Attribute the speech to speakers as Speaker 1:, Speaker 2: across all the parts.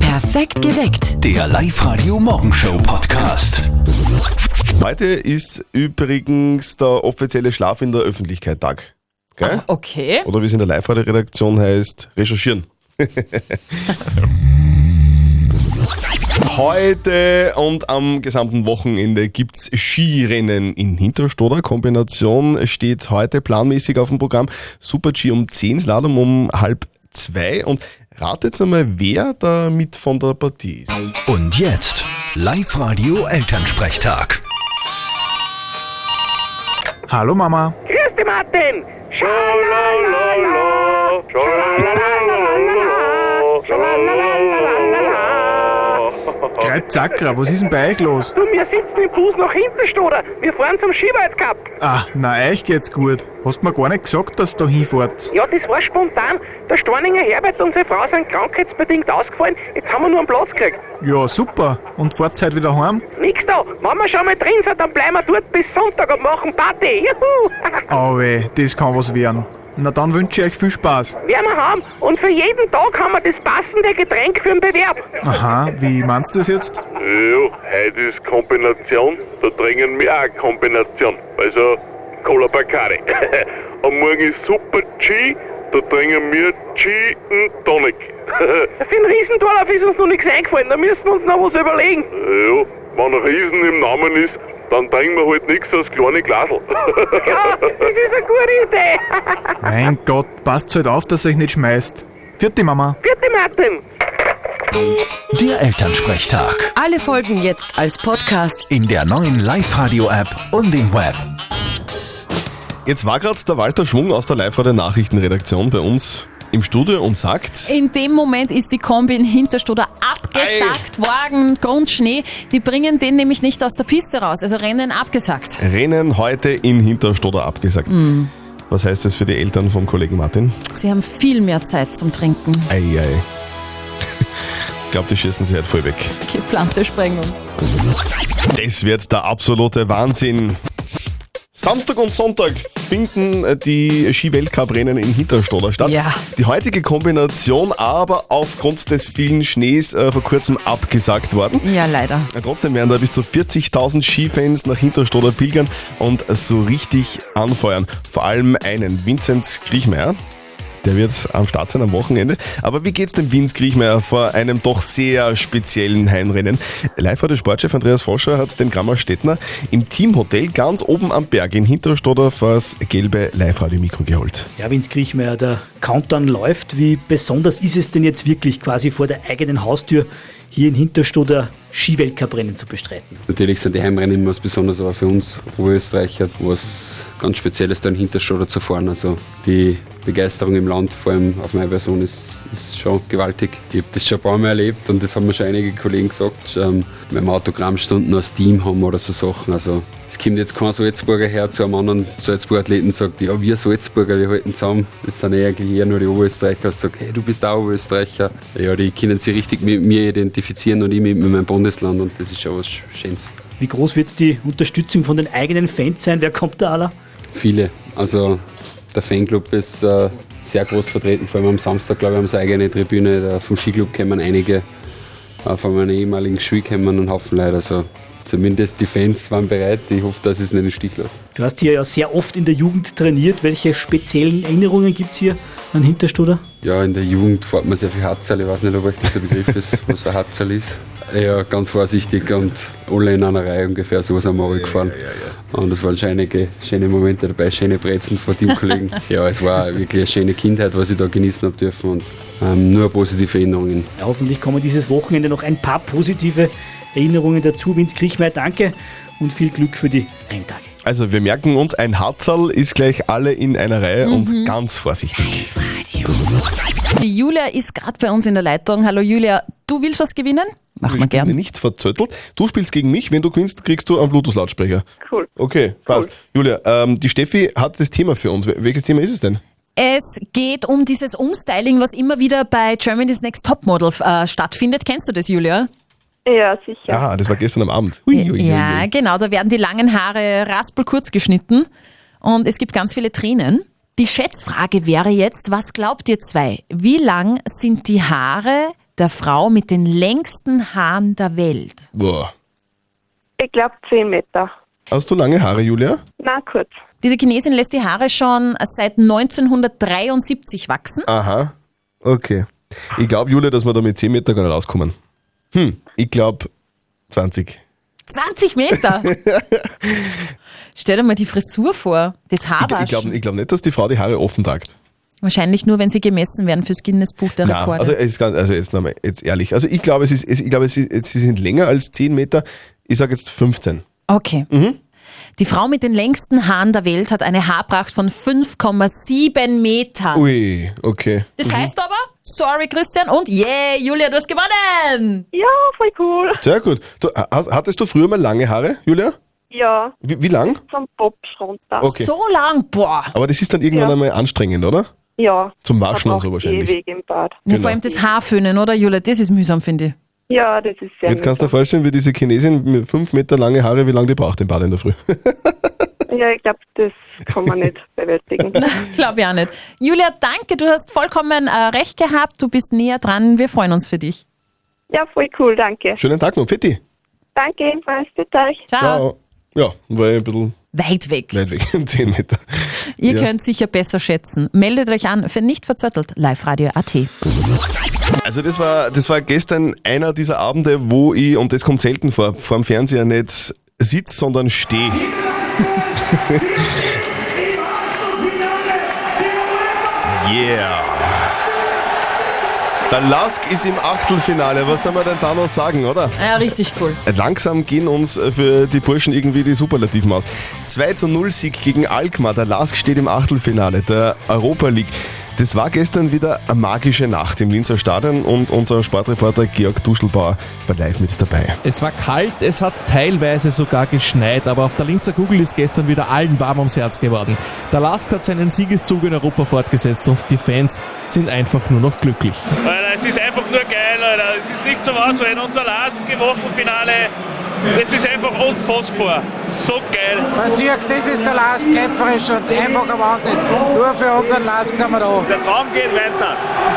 Speaker 1: Perfekt geweckt.
Speaker 2: Der Live-Radio Morgenshow Podcast.
Speaker 3: Heute ist übrigens der offizielle Schlaf in der Öffentlichkeit Tag. Gell?
Speaker 1: Okay.
Speaker 3: Oder wie es in der Live-Radio-Redaktion heißt, recherchieren. Heute und am gesamten Wochenende gibt's Skirennen in Hinterstoder. Kombination steht heute planmäßig auf dem Programm. Super-G um 10, Slalom um halb zwei. Und ratet jetzt einmal, wer da mit von der Partie ist.
Speaker 2: Und jetzt Live-Radio Elternsprechtag.
Speaker 4: Hallo Mama.
Speaker 5: Grüß dich, Martin! Schalalala, schalalalalala, schalalalalala.
Speaker 4: Greit Zackra, was ist denn bei euch los?
Speaker 5: Du, wir sitzen im Bus nach hinten, Stoder. Wir fahren zum Skiwaldcup.
Speaker 4: Ah, na, euch geht's gut. Hast mir gar nicht gesagt, dass ihr da hinfahrt.
Speaker 5: Ja, das war spontan. Der Storninger Herbert und seine Frau sind krankheitsbedingt ausgefallen. Jetzt haben wir nur einen Platz gekriegt.
Speaker 4: Ja, super. Und fahrt heute wieder heim?
Speaker 5: Nix da. Wenn wir schon mal drin sind, dann bleiben wir dort bis Sonntag und machen Party. Juhu!
Speaker 4: Auwe, das kann was werden. Na dann wünsche ich euch viel Spaß.
Speaker 5: Werden wir haben. Und für jeden Tag haben wir das passende Getränk für den Bewerb.
Speaker 4: Aha, wie meinst du das jetzt?
Speaker 6: Ja, heute ist Kombination, da drängen wir auch Kombination. Also Cola Bacardi. Am Morgen ist Super G, da drängen wir G und Tonic.
Speaker 5: Für den Riesentorlauf ist uns noch nichts eingefallen. Da müssen wir uns noch was überlegen.
Speaker 6: ja, wenn Riesen im Namen ist, dann trinken wir halt nichts aus kleine Glasel.
Speaker 5: Ja, das ist eine gute Idee.
Speaker 4: Mein Gott, passt halt auf, dass ihr euch nicht schmeißt. Vierte Mama.
Speaker 5: Vierte Martin.
Speaker 2: Der Elternsprechtag.
Speaker 1: Alle Folgen jetzt als Podcast.
Speaker 2: In der neuen Live-Radio-App und im Web.
Speaker 3: Jetzt war gerade der Walter Schwung aus der Live-Radio Nachrichtenredaktion bei uns im Studio und sagt,
Speaker 7: In dem Moment ist die Kombi in Hinterstoder abgesagt worden, Grundschnee. Die bringen den nämlich nicht aus der Piste raus, also Rennen abgesagt.
Speaker 3: Rennen heute in Hinterstoder abgesagt. Was heißt das für die Eltern vom Kollegen Martin?
Speaker 7: Sie haben viel mehr Zeit zum Trinken.
Speaker 3: Ei, ei. Ich glaube, die schießen sich halt voll weg.
Speaker 7: Geplante Sprengung.
Speaker 3: Das wird der absolute Wahnsinn. Samstag und Sonntag finden äh, die Ski-Weltcup-Rennen in Hinterstoder statt.
Speaker 7: Ja.
Speaker 3: Die heutige Kombination aber aufgrund des vielen Schnees äh, vor kurzem abgesagt worden.
Speaker 7: Ja, leider.
Speaker 3: Ja, Trotzdem werden da bis zu 40.000 Skifans nach Hinterstoder pilgern und so richtig anfeuern. Vor allem einen, Vinzenz Griechmeier. Der wird am Start sein am Wochenende. Aber wie geht's dem Vinz Griechmeier vor einem doch sehr speziellen Heimrennen? Live der Sportchef Andreas Froscher hat den Grammer Stettner im Teamhotel ganz oben am Berg in Hinterstoder vors gelbe Live-Radio-Mikro geholt.
Speaker 8: Ja, Vince Griechmeier, der Countdown läuft. Wie besonders ist es denn jetzt wirklich, quasi vor der eigenen Haustür hier in Hinterstoder Skiweltcuprennen zu bestreiten?
Speaker 9: Natürlich sind die Heimrennen immer was Besonderes, aber für uns Oberösterreicher was ganz Spezielles, da in Hinterschoder zu fahren. Also die Begeisterung im Land, vor allem auf meine Person, ist, ist schon gewaltig. Ich habe das schon ein paar Mal erlebt und das haben mir schon einige Kollegen gesagt. Ähm, wenn wir Autogrammstunden als Team haben oder so Sachen. Also es kommt jetzt kein Salzburger her zu einem anderen Salzburger Athleten und sagt, ja, wir Salzburger, wir halten zusammen. Das sind eh eigentlich eher nur die Oberösterreicher, die sagen, hey, du bist auch Oberösterreicher. Ja, die können sich richtig mit mir identifizieren und ich mit mit meinem Bundesland und das ist schon was Schönes.
Speaker 8: Wie groß wird die Unterstützung von den eigenen Fans sein? Wer kommt da aller?
Speaker 9: Viele. Also der Fanclub ist äh, sehr groß vertreten, vor allem am Samstag, glaube ich, haben sie eine eigene Tribüne. Da vom Skiclub kommen einige, äh, von meiner ehemaligen Schule kommen einen Haufen Leute. Also zumindest die Fans waren bereit. Ich hoffe, dass es nicht im Stich lasse.
Speaker 8: Du hast hier ja sehr oft in der Jugend trainiert. Welche speziellen Erinnerungen gibt es hier an Hinterstoder?
Speaker 9: Ja, in der Jugend fährt man sehr viel Hatzerl. Ich weiß nicht, ob euch das ein Begriff ist, was ein Hatzerl ist. Ja, ganz vorsichtig und alle in einer Reihe ungefähr sowas am Morgen gefahren. Und es waren schöne, schöne Momente dabei, schöne Brezen von Teamkollegen. ja, es war wirklich eine schöne Kindheit, was ich da genießen habe dürfen und ähm, nur positive Erinnerungen.
Speaker 8: Ja, hoffentlich kommen dieses Wochenende noch ein paar positive Erinnerungen dazu. Vince Griechmeier, danke und viel Glück für die Renntage.
Speaker 3: Also wir merken uns, ein Hatzerl ist gleich alle in einer Reihe und ganz vorsichtig.
Speaker 7: Die Julia ist gerade bei uns in der Leitung. Hallo Julia, du willst was gewinnen? Machen wir
Speaker 3: Ich bin
Speaker 7: gern.
Speaker 3: Nicht verzöttelt. Du spielst gegen mich. Wenn du gewinnst, kriegst du einen Bluetooth-Lautsprecher.
Speaker 5: Cool.
Speaker 3: Okay, passt. Julia, ähm, die Steffi hat das Thema für uns. Wel- Welches Thema ist es denn?
Speaker 7: Es geht um dieses Umstyling, was immer wieder bei Germany's Next Topmodel äh, stattfindet. Kennst du das, Julia?
Speaker 10: Ja, sicher.
Speaker 3: Ah, das war gestern am Abend. Ui, ui, ui, ui.
Speaker 7: Ja, genau, da werden die langen Haare raspel kurz geschnitten und es gibt ganz viele Tränen. Die Schätzfrage wäre jetzt, was glaubt ihr zwei? Wie lang sind die Haare der Frau mit den längsten Haaren der Welt?
Speaker 3: Boah.
Speaker 10: Ich glaube 10 Meter.
Speaker 3: Hast du lange Haare, Julia?
Speaker 10: Na kurz.
Speaker 7: Diese Chinesin lässt die Haare schon seit 1973 wachsen.
Speaker 3: Aha. Okay. Ich glaube, Julia, dass wir da mit 10 Meter gar nicht rauskommen. Hm, ich glaube 20.
Speaker 7: 20 Meter! Stell dir mal die Frisur vor, das
Speaker 3: Ich, ich
Speaker 7: Haarwaschen.
Speaker 3: glaube ich glaub nicht, dass die Frau die Haare offen tagt.
Speaker 7: Wahrscheinlich nur, wenn sie gemessen werden fürs Guinness-Buch der
Speaker 3: Na,
Speaker 7: Rekorde.
Speaker 3: also, es ist ganz, also jetzt, nochmal, jetzt ehrlich. Also ich glaube, es ist, es- ich glaube, es ist, sie sind länger als 10 Meter. Ich sage jetzt 15.
Speaker 7: okay.
Speaker 3: Mhm.
Speaker 7: Die Frau mit den längsten Haaren der Welt hat eine Haarpracht von 5,7
Speaker 3: Oh.
Speaker 7: Metern.
Speaker 3: Ui, okay.
Speaker 7: Das heißt aber, sorry Christian und yeah, Julia, du hast gewonnen!
Speaker 10: Ja, voll cool.
Speaker 3: Sehr gut. Du, hast, hattest du früher mal lange Haare, Julia?
Speaker 10: Ja,
Speaker 3: Wie, wie lang?
Speaker 10: zum Pops runter.
Speaker 3: Okay.
Speaker 7: So lang, boah!
Speaker 3: Aber das ist dann irgendwann
Speaker 10: Ja.
Speaker 3: einmal anstrengend, oder?
Speaker 10: Ja.
Speaker 3: Zum Waschen und so
Speaker 10: braucht
Speaker 3: wahrscheinlich.
Speaker 10: Ewig im Bad.
Speaker 3: Genau.
Speaker 7: Ja, vor allem das Haarföhnen, oder Julia? Das ist mühsam, finde ich.
Speaker 10: Ja, das ist sehr
Speaker 3: Jetzt kannst du dir
Speaker 10: mühsam.
Speaker 3: vorstellen, wie diese Chinesin mit 5 Meter lange Haare, wie lange die braucht im Bad in der Früh.
Speaker 10: Ja, ich glaube, das kann man nicht bewältigen.
Speaker 7: Glaube ich auch nicht. Julia, danke, du hast vollkommen äh, recht gehabt. Du bist näher dran. Wir freuen uns für dich.
Speaker 10: Ja, voll cool, danke.
Speaker 3: Schönen Tag noch, Fitti.
Speaker 10: Danke ebenfalls, bitte euch.
Speaker 7: Ciao.
Speaker 3: Ciao. Ja, war ich ein bisschen
Speaker 7: Weit weg.
Speaker 3: weit weg, 10 Meter.
Speaker 7: Ihr
Speaker 3: Ja.
Speaker 7: könnt sicher besser schätzen. Meldet euch an für nicht verzöttelt. Live-Radio.at.
Speaker 3: Also das war, das war gestern einer dieser Abende, wo ich, und das kommt selten vor, vor dem Fernseher nicht sitz, sondern steh. yeah. Der Lask ist im Achtelfinale. Was soll man denn da noch sagen, oder?
Speaker 7: Ja, richtig cool.
Speaker 3: Langsam gehen uns äh, für die Burschen irgendwie die Superlativen aus. 2 zu 0 Sieg gegen Alkmaar. Der Lask steht im Achtelfinale der Europa League. Das war gestern wieder eine magische Nacht im Linzer Stadion und unser Sportreporter Georg Duschelbauer war live mit dabei.
Speaker 11: Es war kalt, es hat teilweise sogar geschneit, aber auf der Linzer Kugel ist gestern wieder allen warm ums Herz geworden. Der Lask hat seinen Siegeszug in Europa fortgesetzt und die Fans sind einfach nur noch glücklich.
Speaker 5: Alter, es ist einfach nur geil, Alter. Es ist nicht zum Auswählen. Unser Lask im Wochenfinale. Es ist einfach unfassbar. So geil.
Speaker 4: Man sieht, das ist der Lars kämpferisch und einfach ein Wahnsinn. Nur für unseren Lars sind wir da.
Speaker 5: Der Traum geht weiter.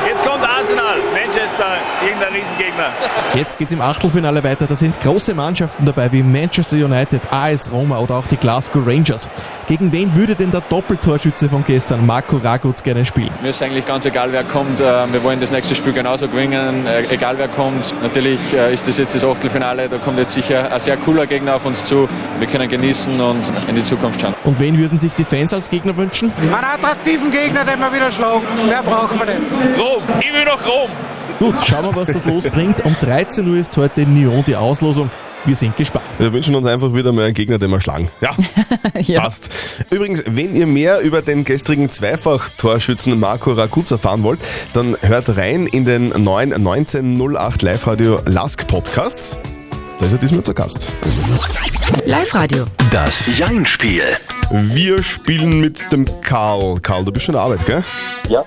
Speaker 5: Jetzt kommt Arsenal, Manchester, irgendein Riesengegner.
Speaker 11: Jetzt geht's im Achtelfinale weiter, da sind große Mannschaften dabei wie Manchester United, AS Roma oder auch die Glasgow Rangers. Gegen wen würde denn der Doppeltorschütze von gestern, Marco Raguz, gerne spielen?
Speaker 5: Mir ist eigentlich ganz egal, wer kommt. Äh, Wir wollen das nächste Spiel genauso gewinnen, äh, egal wer kommt. Natürlich äh, ist das jetzt das Achtelfinale. Da kommt jetzt sicher ein sehr cooler Gegner auf uns zu. Wir können genießen und in die Zukunft schauen.
Speaker 11: Und wen würden sich die Fans als Gegner wünschen?
Speaker 4: Einen attraktiven Gegner, den wir wieder schlagen. Mehr brauchen wir denn?
Speaker 5: Rom, ich will nach Rom.
Speaker 11: Gut, schauen wir, was das losbringt. Um 13 Uhr ist heute in Nyon die Auslosung. Wir sind gespannt.
Speaker 3: Wir wünschen uns einfach wieder mal einen Gegner, den wir schlagen. Ja,
Speaker 7: Ja.
Speaker 3: passt. Übrigens, wenn ihr mehr über den gestrigen Zweifach-Torschützen Marco Rakuz erfahren wollt, dann hört rein in den neuen 1908 Live-Radio Lask Podcast. Da ist er diesmal zu Gast.
Speaker 1: Live-Radio.
Speaker 2: Das Jein-Spiel.
Speaker 3: Wir spielen mit dem Karl. Karl, du bist schon in der Arbeit, gell? Ja.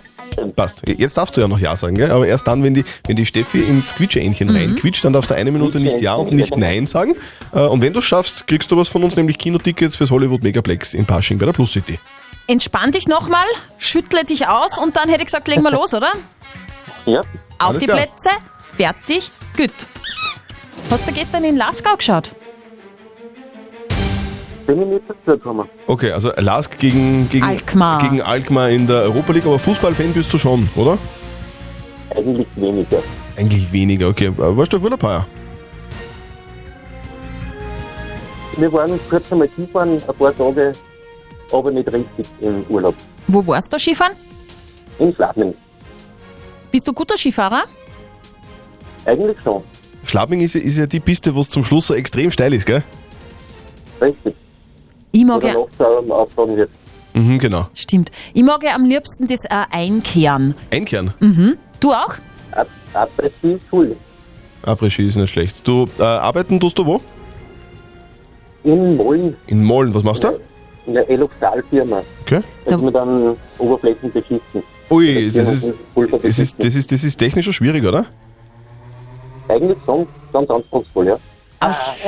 Speaker 3: Passt. Jetzt darfst du ja noch Ja sagen, gell? Aber erst dann, wenn die, wenn die Steffi ins Quietscheähnchen reinquietscht, dann darfst du eine Minute nicht Ja und nicht Nein sagen. Äh, Und wenn du schaffst, kriegst du was von uns, nämlich Kinotickets fürs Hollywood Megaplex in Pasching bei der Plus City.
Speaker 7: Entspann dich nochmal, schüttle dich aus und dann hätte ich gesagt, legen wir los, oder?
Speaker 5: Ja.
Speaker 7: Auf
Speaker 3: Alles
Speaker 7: die
Speaker 3: klar.
Speaker 7: Plätze, fertig, gut. Hast du gestern in Laskau geschaut?
Speaker 5: Bin ich nicht dazu gekommen.
Speaker 3: Okay, also Lask gegen, gegen,
Speaker 7: Alkmaar.
Speaker 3: gegen Alkmaar in der Europa League, aber Fußballfan bist du schon, oder?
Speaker 5: Eigentlich weniger.
Speaker 3: Eigentlich weniger, okay. Äh, Warst du auf Urlaub heuer?
Speaker 5: Wir waren kurz einmal Skifahren, ein paar Tage, aber nicht richtig im Urlaub.
Speaker 7: Wo warst du Skifahren?
Speaker 5: In Schladming.
Speaker 7: Bist du guter Skifahrer?
Speaker 5: Eigentlich schon.
Speaker 3: Schlabing ist, ja- ist ja die Piste, wo es zum Schluss so extrem steil ist, gell?
Speaker 5: Richtig.
Speaker 7: Ich mag ja,
Speaker 5: nachschauen, aufbauen wird.
Speaker 3: Mhm, genau.
Speaker 7: stimmt. Ich mag ja am liebsten das äh, Einkehren.
Speaker 3: Einkern.
Speaker 7: Du auch?
Speaker 5: Après-Ski, cool.
Speaker 3: Après-Ski ist nicht schlecht. Du äh, arbeiten tust du wo?
Speaker 5: In Mollen,
Speaker 3: In Mollen. Was machst du?
Speaker 5: in der Eloxal-Firma.
Speaker 3: Okay.
Speaker 5: Da sind wir dann Oberflächen beschichten.
Speaker 3: Ui, das
Speaker 5: Ja,
Speaker 3: ist,
Speaker 5: Pulver
Speaker 3: das ist, das ist, das ist technisch schon schwierig, oder?
Speaker 5: Eigentlich schon ganz anspruchsvoll, ja.
Speaker 7: Aus.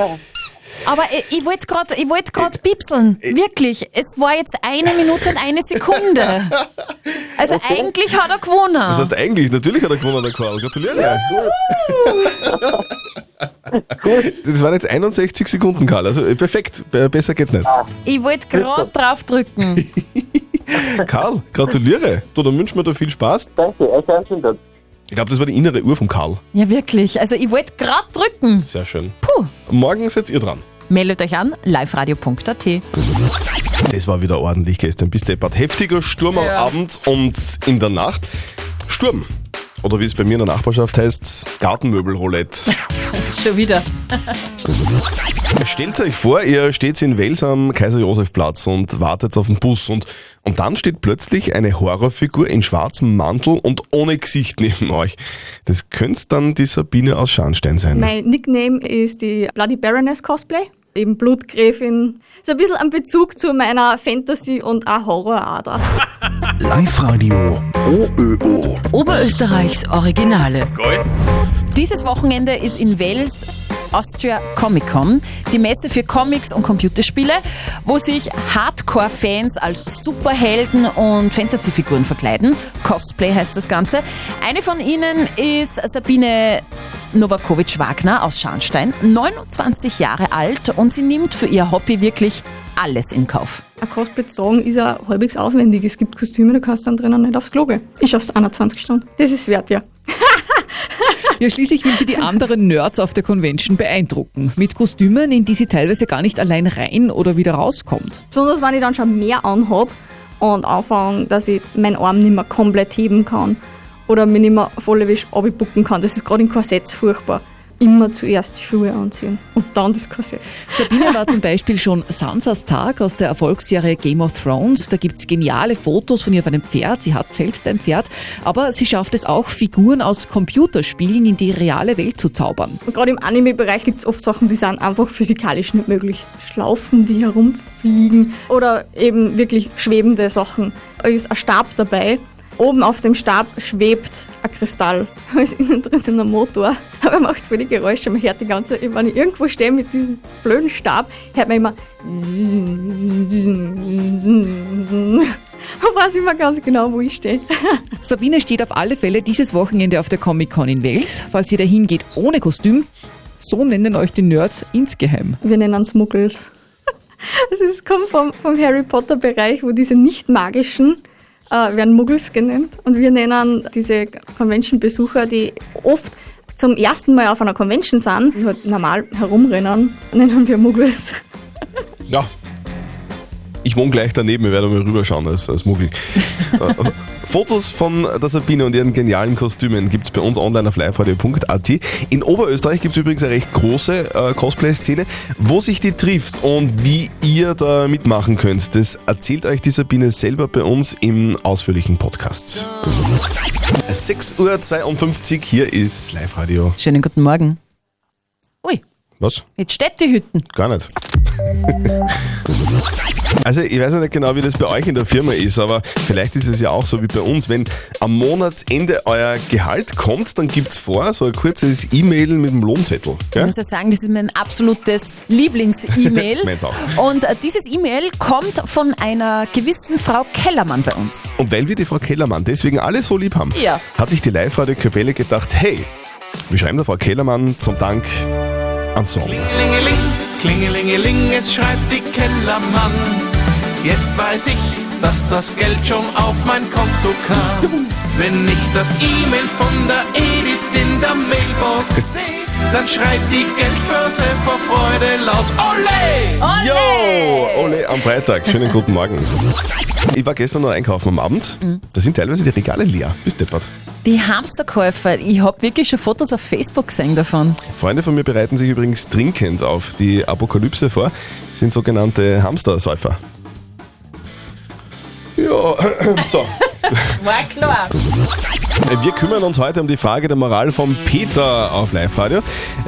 Speaker 7: Aber äh, ich, ich wollte gerade wollt grad piepseln. Wirklich. Es war jetzt eine Minute und eine Sekunde. Also eigentlich hat er gewonnen.
Speaker 12: Ah.
Speaker 3: Das heißt eigentlich, natürlich hat er gewonnen, der Karl. Gratuliere. Das waren jetzt 61 Sekunden, Karl. Also äh, perfekt. Be- Besser geht's nicht.
Speaker 12: Ah.
Speaker 7: ich wollte gerade drauf drücken.
Speaker 3: Karl, gratuliere. Du, dann wünschen wir dir viel Spaß.
Speaker 12: Danke, euch einen schönen Tag.
Speaker 3: Ich glaube, das war die innere Uhr von Karl.
Speaker 7: Ja, wirklich. Also ich wollte gerade drücken.
Speaker 3: Sehr schön.
Speaker 7: Puh.
Speaker 3: Morgen seid ihr dran.
Speaker 7: Meldet euch an, liveradio.at.
Speaker 3: Das war wieder ordentlich gestern. Bis deppert. Heftiger Sturm am
Speaker 7: Ja.
Speaker 3: Abend und in der Nacht. Sturm. Oder wie es bei mir in der Nachbarschaft heißt, Gartenmöbelroulette.
Speaker 7: Schon wieder.
Speaker 3: Stellt euch vor, ihr steht in Wels am Kaiser-Josef-Platz und wartet auf den Bus und, und dann steht plötzlich eine Horrorfigur in schwarzem Mantel und ohne Gesicht neben euch. Das könnte dann die Sabine aus Scharnstein sein.
Speaker 9: Mein Nickname ist die Bloody Baroness Cosplay, eben Blutgräfin. So ein bisschen ein Bezug zu meiner Fantasy- und auch Horrorader.
Speaker 2: Live-Radio OÖO.
Speaker 7: Oberösterreichs Originale.
Speaker 2: Geil.
Speaker 7: Dieses Wochenende ist in Wales Austria Comic Con, die Messe für Comics und Computerspiele, wo sich Hardcore-Fans als Superhelden und Fantasyfiguren verkleiden. Cosplay heißt das Ganze. Eine von ihnen ist Sabine Novakovic-Wagner aus Scharnstein, 29 Jahre alt und sie nimmt für ihr Hobby wirklich alles in Kauf.
Speaker 9: Ein Cosplay-Song ist ja halbwegs aufwendig. Es gibt Kostüme, da kannst du dann drinnen nicht aufs Klo gehen. Ich schaff's 21 Stunden. Das ist wert, ja.
Speaker 13: Ja, schließlich will sie die anderen Nerds auf der Convention beeindrucken. Mit Kostümen, in die sie teilweise gar nicht allein rein oder wieder rauskommt.
Speaker 9: Besonders wenn ich dann schon mehr anhab und anfange, dass ich meinen Arm nicht mehr komplett heben kann oder mich nicht mehr voll wisch abbucken kann. Das ist gerade in Korsetts furchtbar. Immer zuerst die Schuhe anziehen und dann das Korsett.
Speaker 13: Sabine war zum Beispiel schon Sansas Tag aus der Erfolgsserie Game of Thrones. Da gibt's geniale Fotos von ihr auf einem Pferd. Sie hat selbst ein Pferd. Aber sie schafft es auch, Figuren aus Computerspielen in die reale Welt zu zaubern.
Speaker 9: Und gerade im Anime-Bereich gibt es oft Sachen, die sind einfach physikalisch nicht möglich. Schlaufen, die herumfliegen oder eben wirklich schwebende Sachen. Da ist ein Stab dabei. Oben auf dem Stab schwebt ein Kristall. Da ist innen drin ein Motor. Aber er macht viele Geräusche. Man hört die ganze Wenn ich irgendwo stehe mit diesem blöden Stab, hört man immer. Man weiß immer ganz genau, wo ich stehe.
Speaker 13: Sabine steht auf alle Fälle dieses Wochenende auf der Comic-Con in Wales. Falls ihr dahin geht ohne Kostüm, so nennen euch die Nerds insgeheim.
Speaker 9: Wir nennen es Muggels. Also es kommt vom, vom Harry Potter Bereich, wo diese nicht magischen äh, werden Muggels genannt. Und wir nennen diese Convention-Besucher, die oft zum ersten Mal auf einer Convention sind, die halt normal herumrennen, nennen wir Muggels.
Speaker 3: Ja. Ich wohne gleich daneben, wir werden mal rüberschauen als, als Muggel. Äh, Fotos von der Sabine und ihren genialen Kostümen gibt's bei uns online auf liveradio.at. In Oberösterreich gibt's übrigens eine recht große äh, Cosplay-Szene. Wo sich die trifft und wie ihr da mitmachen könnt, das erzählt euch die Sabine selber bei uns im ausführlichen Podcast. 6.52 Uhr, hier ist Live-Radio.
Speaker 7: Schönen guten Morgen. Ui,
Speaker 3: Was?
Speaker 7: jetzt steht die Hütten.
Speaker 3: Gar nicht. Also ich weiß ja nicht genau, wie das bei euch in der Firma ist, aber vielleicht ist es ja auch so wie bei uns, wenn am Monatsende euer Gehalt kommt, dann gibt's vor so ein kurzes E-Mail mit dem Lohnzettel.
Speaker 7: Ich
Speaker 3: Gell?
Speaker 7: muss ja sagen, das ist mein absolutes Lieblings-E-Mail.
Speaker 3: Meins auch.
Speaker 7: Und äh, dieses E-Mail kommt von einer gewissen Frau Kellermann bei uns.
Speaker 3: Und weil wir die Frau Kellermann deswegen alle so lieb haben,
Speaker 7: Ja.
Speaker 3: hat sich die Live-Radio Kapelle gedacht, hey, wir schreiben der Frau Kellermann zum Dank an Song.
Speaker 4: Klingeling, klingelingeling, es schreibt die Kellermann. Jetzt weiß ich, dass das Geld schon auf mein Konto kam. Wenn ich das E-Mail von der Edith in der Mailbox sehe, dann schreit die Geldbörse vor Freude laut Ole!
Speaker 3: Yo, Ole am Freitag. Schönen guten Morgen. Ich war gestern noch einkaufen am Abend.
Speaker 7: Mhm.
Speaker 3: Da sind teilweise die Regale leer. Bist deppert.
Speaker 7: Die Hamsterkäufer, ich habe wirklich schon Fotos auf Facebook gesehen davon.
Speaker 3: Freunde von mir bereiten sich übrigens trinkend auf die Apokalypse vor, sind sogenannte Hamstersäufer. Ja, so.
Speaker 7: War klar.
Speaker 3: Äh, Wir kümmern uns heute um die Frage der Moral von Peter auf Live-Radio.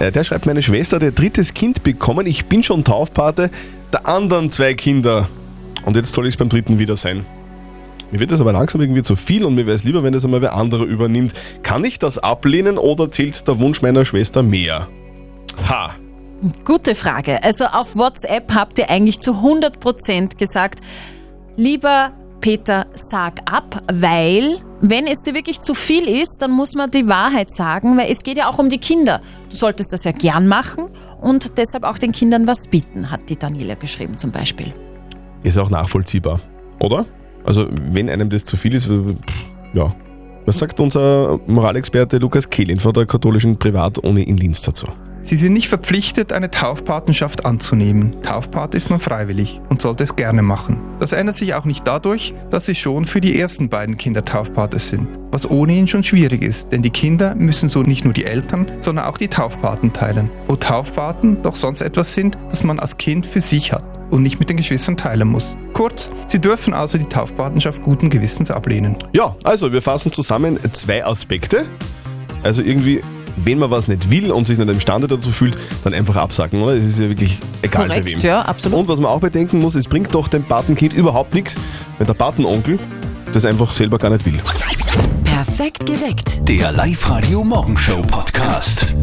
Speaker 3: Äh, Der schreibt, meine Schwester hat ihr drittes Kind bekommen, ich bin schon Taufpate der anderen zwei Kinder. Und jetzt soll ich es beim dritten wieder sein. Mir wird das aber langsam irgendwie zu viel und mir wäre es lieber, wenn das einmal wer anderer übernimmt. Kann ich das ablehnen oder zählt der Wunsch meiner Schwester mehr? Ha!
Speaker 9: Gute Frage. Also auf WhatsApp habt ihr eigentlich zu 100% gesagt, lieber Peter, sag ab, weil wenn es dir wirklich zu viel ist, dann muss man die Wahrheit sagen, weil es geht ja auch um die Kinder. Du solltest das ja gern machen und deshalb auch den Kindern was bieten, hat die Daniela geschrieben zum Beispiel.
Speaker 3: Ist auch nachvollziehbar, oder? Also, wenn einem das zu viel ist, pff, ja. Was sagt unser Moralexperte Lukas Kehlin von der katholischen Privatuni in Linz dazu?
Speaker 4: Sie sind nicht verpflichtet, eine Taufpatenschaft anzunehmen. Taufpat ist man freiwillig und sollte es gerne machen. Das ändert sich auch nicht dadurch, dass sie schon für die ersten beiden Kinder Taufpates sind, was ohnehin schon schwierig ist, denn die Kinder müssen so nicht nur die Eltern, sondern auch die Taufpaten teilen. Wo Taufpaten doch sonst etwas sind, das man als Kind für sich hat und nicht mit den Geschwistern teilen muss. Kurz, sie dürfen also die Taufpatenschaft guten Gewissens ablehnen.
Speaker 3: Ja, also wir fassen zusammen zwei Aspekte. Also irgendwie, wenn man was nicht will und sich nicht imstande dazu fühlt, dann einfach absacken, oder? Es ist ja wirklich egal bei
Speaker 9: Korrekt,
Speaker 3: wem.
Speaker 9: ja, absolut.
Speaker 3: Und was man auch bedenken muss, es bringt doch dem Patenkind überhaupt nichts, wenn der Patenonkel das einfach selber gar nicht will.
Speaker 7: Perfekt geweckt.
Speaker 2: Der Live-Radio Morgenshow Podcast.